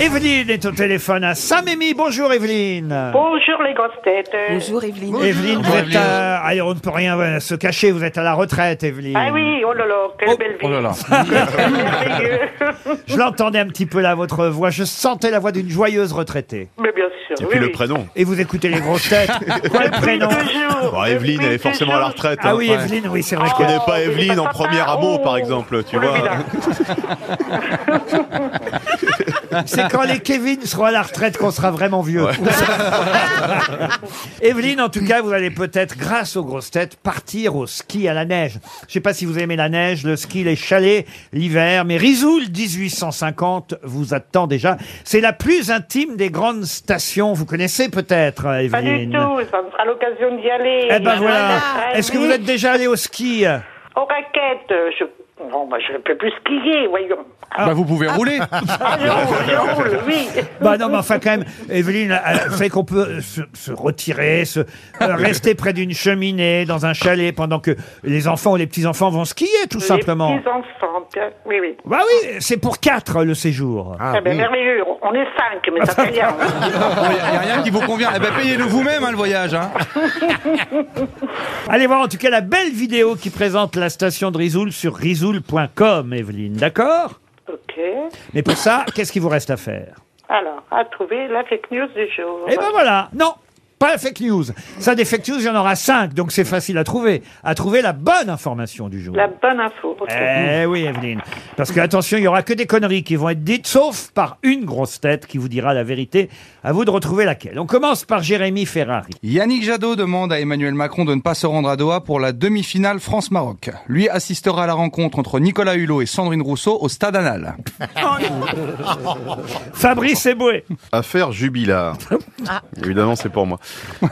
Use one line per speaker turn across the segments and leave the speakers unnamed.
Evelyne est au téléphone à Saint-Mémy. Bonjour Evelyne.
Bonjour les grosses têtes. Euh,
Bonjour Evelyne.
Evelyne, vous êtes à- allez, on ne peut rien euh, se cacher, vous êtes à la retraite, Evelyne.
Ah oui, oh là là, quelle belle vie. Merveilleux.
Je l'entendais un petit peu là, votre voix. Je sentais la voix d'une joyeuse retraitée.
Mais bien sûr.
Et
oui,
puis le
oui.
prénom.
Et vous écoutez les grosses têtes. Quoi le prénom
Toujours.
Bon, Evelyne, elle est forcément à la retraite.
Ah
hein.
oui,
Ouais.
Evelyne, Ah oui, c'est vrai.
Je
que-
connais
Oh,
pas Evelyne en
papa,
premier hameau,
oh.
par exemple, tu
Oh, le
vois.
vilain.
C'est quand les Kevin seront à la retraite qu'on sera vraiment vieux. Evelyne, en tout cas, vous allez peut-être, grâce aux grosses têtes, partir au ski à la neige. Je sais pas si vous aimez la neige, le ski, les chalets, l'hiver, mais Risoul 1850 vous attend déjà. C'est la plus intime des grandes stations. Vous connaissez peut-être, euh,
Pas du
Evelyne.
tout, ça me fera l'occasion d'y aller.
Eh ben voilà.
Ah,
Est-ce que
oui.
vous êtes déjà allé au ski
Aux raquettes, euh, je... Bon, bah, je ne peux plus skier, voyons.
Bah, vous pouvez rouler.
Ah, je roule, je roule, oui.
Bah non, mais enfin quand même, Evelyne, euh, vous savez qu'on peut euh, se, se retirer, se, euh,
Ah
rester près d'une cheminée, dans un chalet, pendant que les enfants ou les petits-enfants vont skier, tout simplement.
Les petits-enfants, tiens, oui, oui.
Bah oui, c'est pour quatre le séjour.
eh ben, merveilleux, on est cinq, mais ça fait bien.
Il n'y a rien qui vous convient. Eh ben, payez-le vous-même, hein, le voyage. Hein.
Allez voir en tout cas la belle vidéo qui présente la station de Risoul sur risoul.com, Evelyne, d'accord
ok,
Mais pour ça, qu'est-ce qu'il vous reste à faire
alors, à trouver la fake news du jour.
Eh ben voilà, non pas la fake news. Ça, des fake news, il y en aura cinq, donc c'est facile à trouver. À trouver la bonne information du jour.
La bonne info. ok.
Eh oui, Evelyne. Parce que attention, il y aura que des conneries qui vont être dites, sauf par une grosse tête qui vous dira la vérité. À vous de retrouver laquelle. On commence par Jérémy Ferrari.
Yannick Jadot demande à Emmanuel Macron de ne pas se rendre à Doha pour la demi-finale France-Maroc. Lui assistera à la rencontre entre Nicolas Hulot et Sandrine Rousseau au stade anal.
Fabrice Eboué.
Affaire Jubilard. Évidemment, c'est pour moi.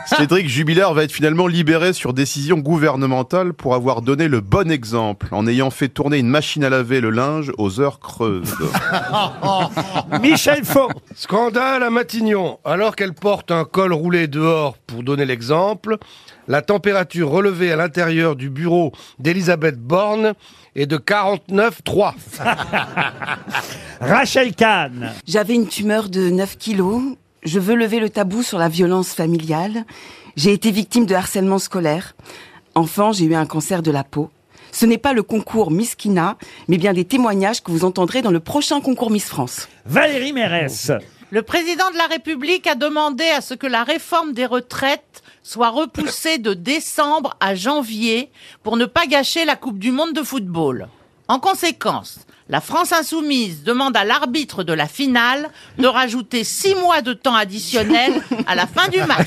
Cédric Jubilard va être finalement libéré sur décision gouvernementale pour avoir donné le bon exemple en ayant fait tourner une machine à laver le linge aux heures creuses.
Michel Faux.
Scandale à Matignon. Alors qu'elle porte un col roulé dehors pour donner l'exemple, la température relevée à l'intérieur du bureau d'Elisabeth Borne est de 49,3.
Rachel Kahn.
J'avais une tumeur de 9 kilos. Je veux lever le tabou sur la violence familiale. J'ai été victime de harcèlement scolaire. Enfant, j'ai eu un cancer de la peau. Ce n'est pas le concours Miss Kina, mais bien des témoignages que vous entendrez dans le prochain concours Miss France.
Valérie Mérès.
Le président de la République a demandé à ce que la réforme des retraites soit repoussée de décembre à janvier pour ne pas gâcher la Coupe du Monde de football. En conséquence, la France insoumise demande à l'arbitre de la finale de rajouter six mois de temps additionnel à la fin du match.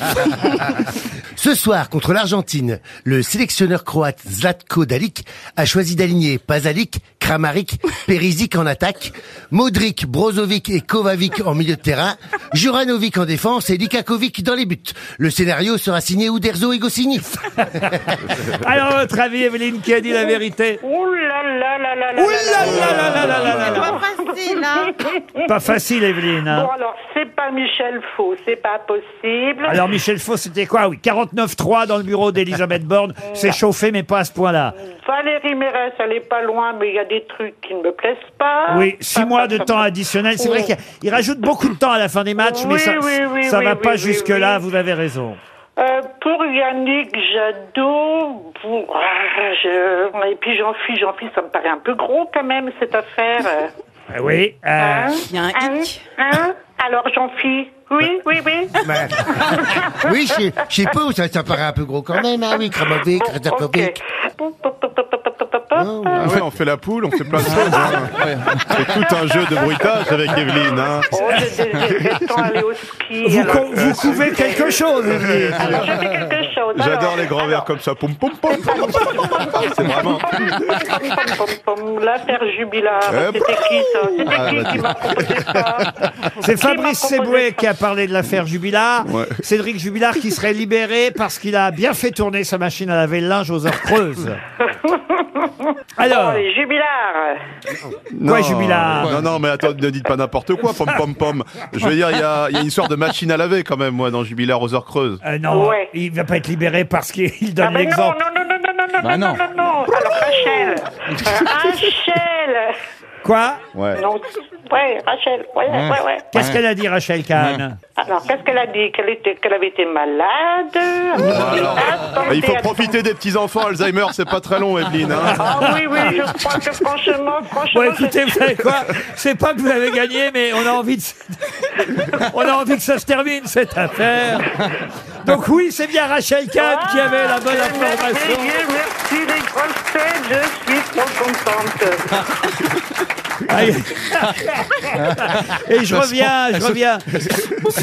Ce soir, contre l'Argentine, le sélectionneur croate Zlatko Dalic a choisi d'aligner Pazalic, Kramaric, Perisic en attaque, Modric, Brozovic et Kovacic en milieu de terrain, Juranovic en défense et Likakovic dans les buts. Le scénario sera signé Uderzo et Goscinny.
Alors, à votre avis, Evelyne, qui a dit la vérité
Ouh là là là là là
Ouh
là
là là là là là là là.
Pas facile, hein
Pas facile, Evelyne. hein.
Bon, alors, c'est pas Michel Faux, c'est pas possible.
Alors, Michel Faux, c'était quoi Ah Oui, 49-3 dans le bureau d'Elisabeth Borne. C'est chauffé, mais pas à ce point-là.
Valérie Mérès, elle est pas loin, mais il y a des trucs qui ne me plaisent pas.
Oui, six
Pa,
mois
pa,
de
pa,
temps
pa.
additionnel. C'est vrai
Oui.
qu'il il rajoute beaucoup de temps à la fin des matchs, mais
Oh. Oui,
ça,
oui, oui,
ça
oui,
va
oui,
pas
oui,
jusque-là,
oui.
vous avez raison.
Euh, pour Yannick Jadot, bon, ah, je... et puis j'en fuis, j'en fuis, ça me paraît un peu gros quand même, cette affaire. euh.
Ah Oui, euh,
Hein
Il y a un
Hein
hic.
Hein Alors, j'en fuis. Oui, oui, oui.
Ah, Oui, je sais- je sais pas où ça, ça paraît un peu gros quand même. Ah oui, Kramaric,
Oh, Ok.
Kratakovic.
Ah ouais, on fait la poule, on fait plein de choses. hein. C'est tout un jeu de bruitage avec Evelyne. hein.
Oh, j'ai tant aller au ski.
vous,
alors.
cou- vous couvez quelque chose, Evelyne.
Alors, je fais quelque chose.
J'adore
alors.
les grands verres comme ça. Poum, poum, poum, poum. C'est vraiment.
L'affaire Jubilard,
Eh
c'était qui ça
Ah,
C'était
bah,
qui qui m'a proposé ça
C'est
Qui m'a
Fabrice
proposé
Seboué
ça
qui a parlé de l'affaire Jubilard.
Ouais.
Cédric Jubilard qui serait libéré parce qu'il a bien fait tourner sa machine à laver le linge aux heures creuses.
Oh,
Alors,
les Jubilard
quoi, Jubilard
Non, non, mais attends, ne dites pas n'importe quoi, pom pom pom. Je veux dire, il y a, il y a une histoire de machine à laver quand même, moi, dans Jubilaire aux heures creuses.
Euh, non,
Ouais.
il va pas être libéré parce qu'il
Ah
donne
ben non,
l'exemple.
non, non, non, non, non, non, non,
Bah
non,
non.
non, non. Alors Rachel. Euh, Rachel.
Quoi
Ouais.
Non, ouais, Rachel. Ouais, ouais, ouais.
Qu'est-ce qu'elle a dit, Rachel Kahn
Alors, qu'est-ce qu'elle a dit Qu'elle était, qu'elle avait été malade
Bah, il faut
attendez,
profiter des petits-enfants, Alzheimer, c'est pas très long, Evelyne. hein.
Ah oui, oui, je crois que franchement, franchement.
Bon, écoutez, vous savez quoi C'est pas que vous avez gagné, mais on a envie de... on a envie que ça se termine, cette affaire. Donc oui, c'est bien Rachel Kahn
Ah,
qui avait la bonne
c'est
information.
merveilleux, Merci les grosses têtes, je suis trop contente.
Aïe. Et je
Ça
reviens,
sent-
je reviens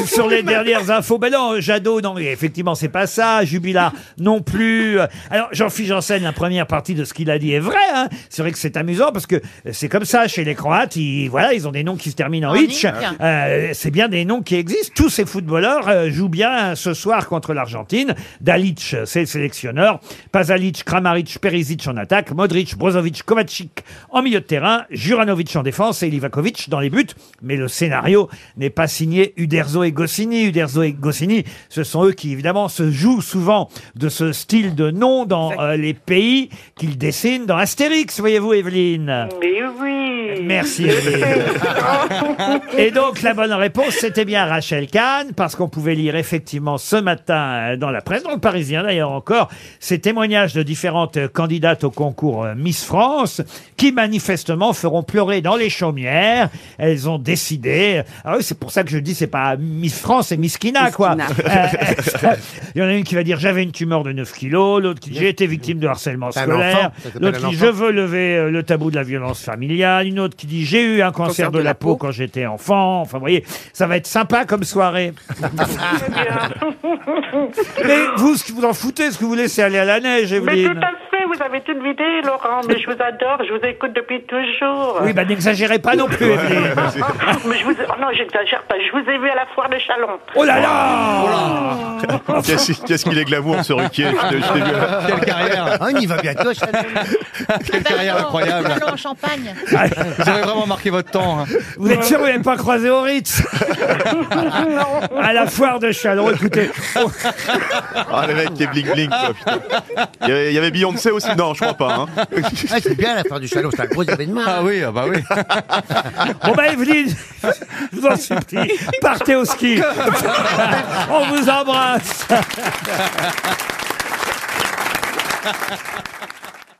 sur les dernières infos. Ben non, Jadot, non, mais effectivement, c'est pas ça. Jubila, non plus. Alors, Jean-Philippe Janssen, la première partie de ce qu'il a dit est vrai. hein. C'est vrai que c'est amusant parce que c'est comme ça chez les Croates. Ils, voilà, ils ont des noms qui se terminent en,
En
itch.
itch.
Euh, c'est bien des noms qui existent. Tous ces footballeurs euh, jouent bien euh, ce soir contre l'Argentine. Dalic, euh, c'est le sélectionneur. Pazalic, Kramaric, Perisic en attaque. Modric, Brozovic, Kovacic en milieu de terrain. Juranovic en défense et Livakovic dans les buts. Mais le scénario n'est pas signé Uderzo et Goscinny. Uderzo et Goscinny, ce sont eux qui évidemment se jouent souvent de ce style de nom dans euh, les pays qu'ils dessinent dans Astérix, voyez-vous Evelyne.
Mais oui.
Merci Evelyne. Et donc, la bonne réponse, c'était bien Rachel Kahn, parce qu'on pouvait lire effectivement ce matin euh, dans la presse, dans le Parisien d'ailleurs encore, ces témoignages de différentes euh, candidates au concours euh, Miss France, qui manifestement feront pleurer dans les chaumières. Elles ont décidé. Ah oui, c'est pour ça que je dis, c'est pas Miss France, c'est Miss Kina, quoi.
Miss
Euh, Il y en a une qui va dire j'avais une tumeur de 9 kilos, l'autre qui dit j'ai été victime de harcèlement
C'est un
scolaire,
enfant, ça s'appelle
l'autre
un
qui
enfant.
je veux lever euh, le tabou de la violence familiale, une autre qui dit j'ai eu un cancer, de, la, peau quand j'étais enfant. Enfin, vous voyez, ça va être sympa comme soirée. Ah, Mais vous, ce que vous en foutez, ce que vous voulez, c'est aller à la neige,
Mais tout
Evelyne.
à fait, vous avez tout vidé, Laurent. Mais je vous adore, je vous écoute depuis toujours.
Oui, bah n'exagérez pas non plus, Evelyne.
mais je vous... oh non, j'exagère pas. Je vous ai vu à la foire de Chalon.
Oh là là
Qu'est-ce qu'est-ce qu'il est glamour, ce Ruquier je t'ai- je t'ai vu.
Quelle carrière
Ah, On y va bientôt.
Quelle carrière incroyable
Allons en champagne.
Vous avez vraiment marqué votre temps. hein.
Ah, Vous êtes sûr que vous n'avez pas croisé au Ritz À la foire de Chalon, écoutez. Oh,
Ah, le mec qui est bling bling, quoi, putain. Il y avait- il y avait Beyoncé aussi. Non, je crois pas. hein.
Ah, c'est bien la fin du chalon, c'est un gros événement.
Ah oui, ah bah oui.
Bon bah Evelyne, je vous en supplie, partez au ski. On vous embrasse.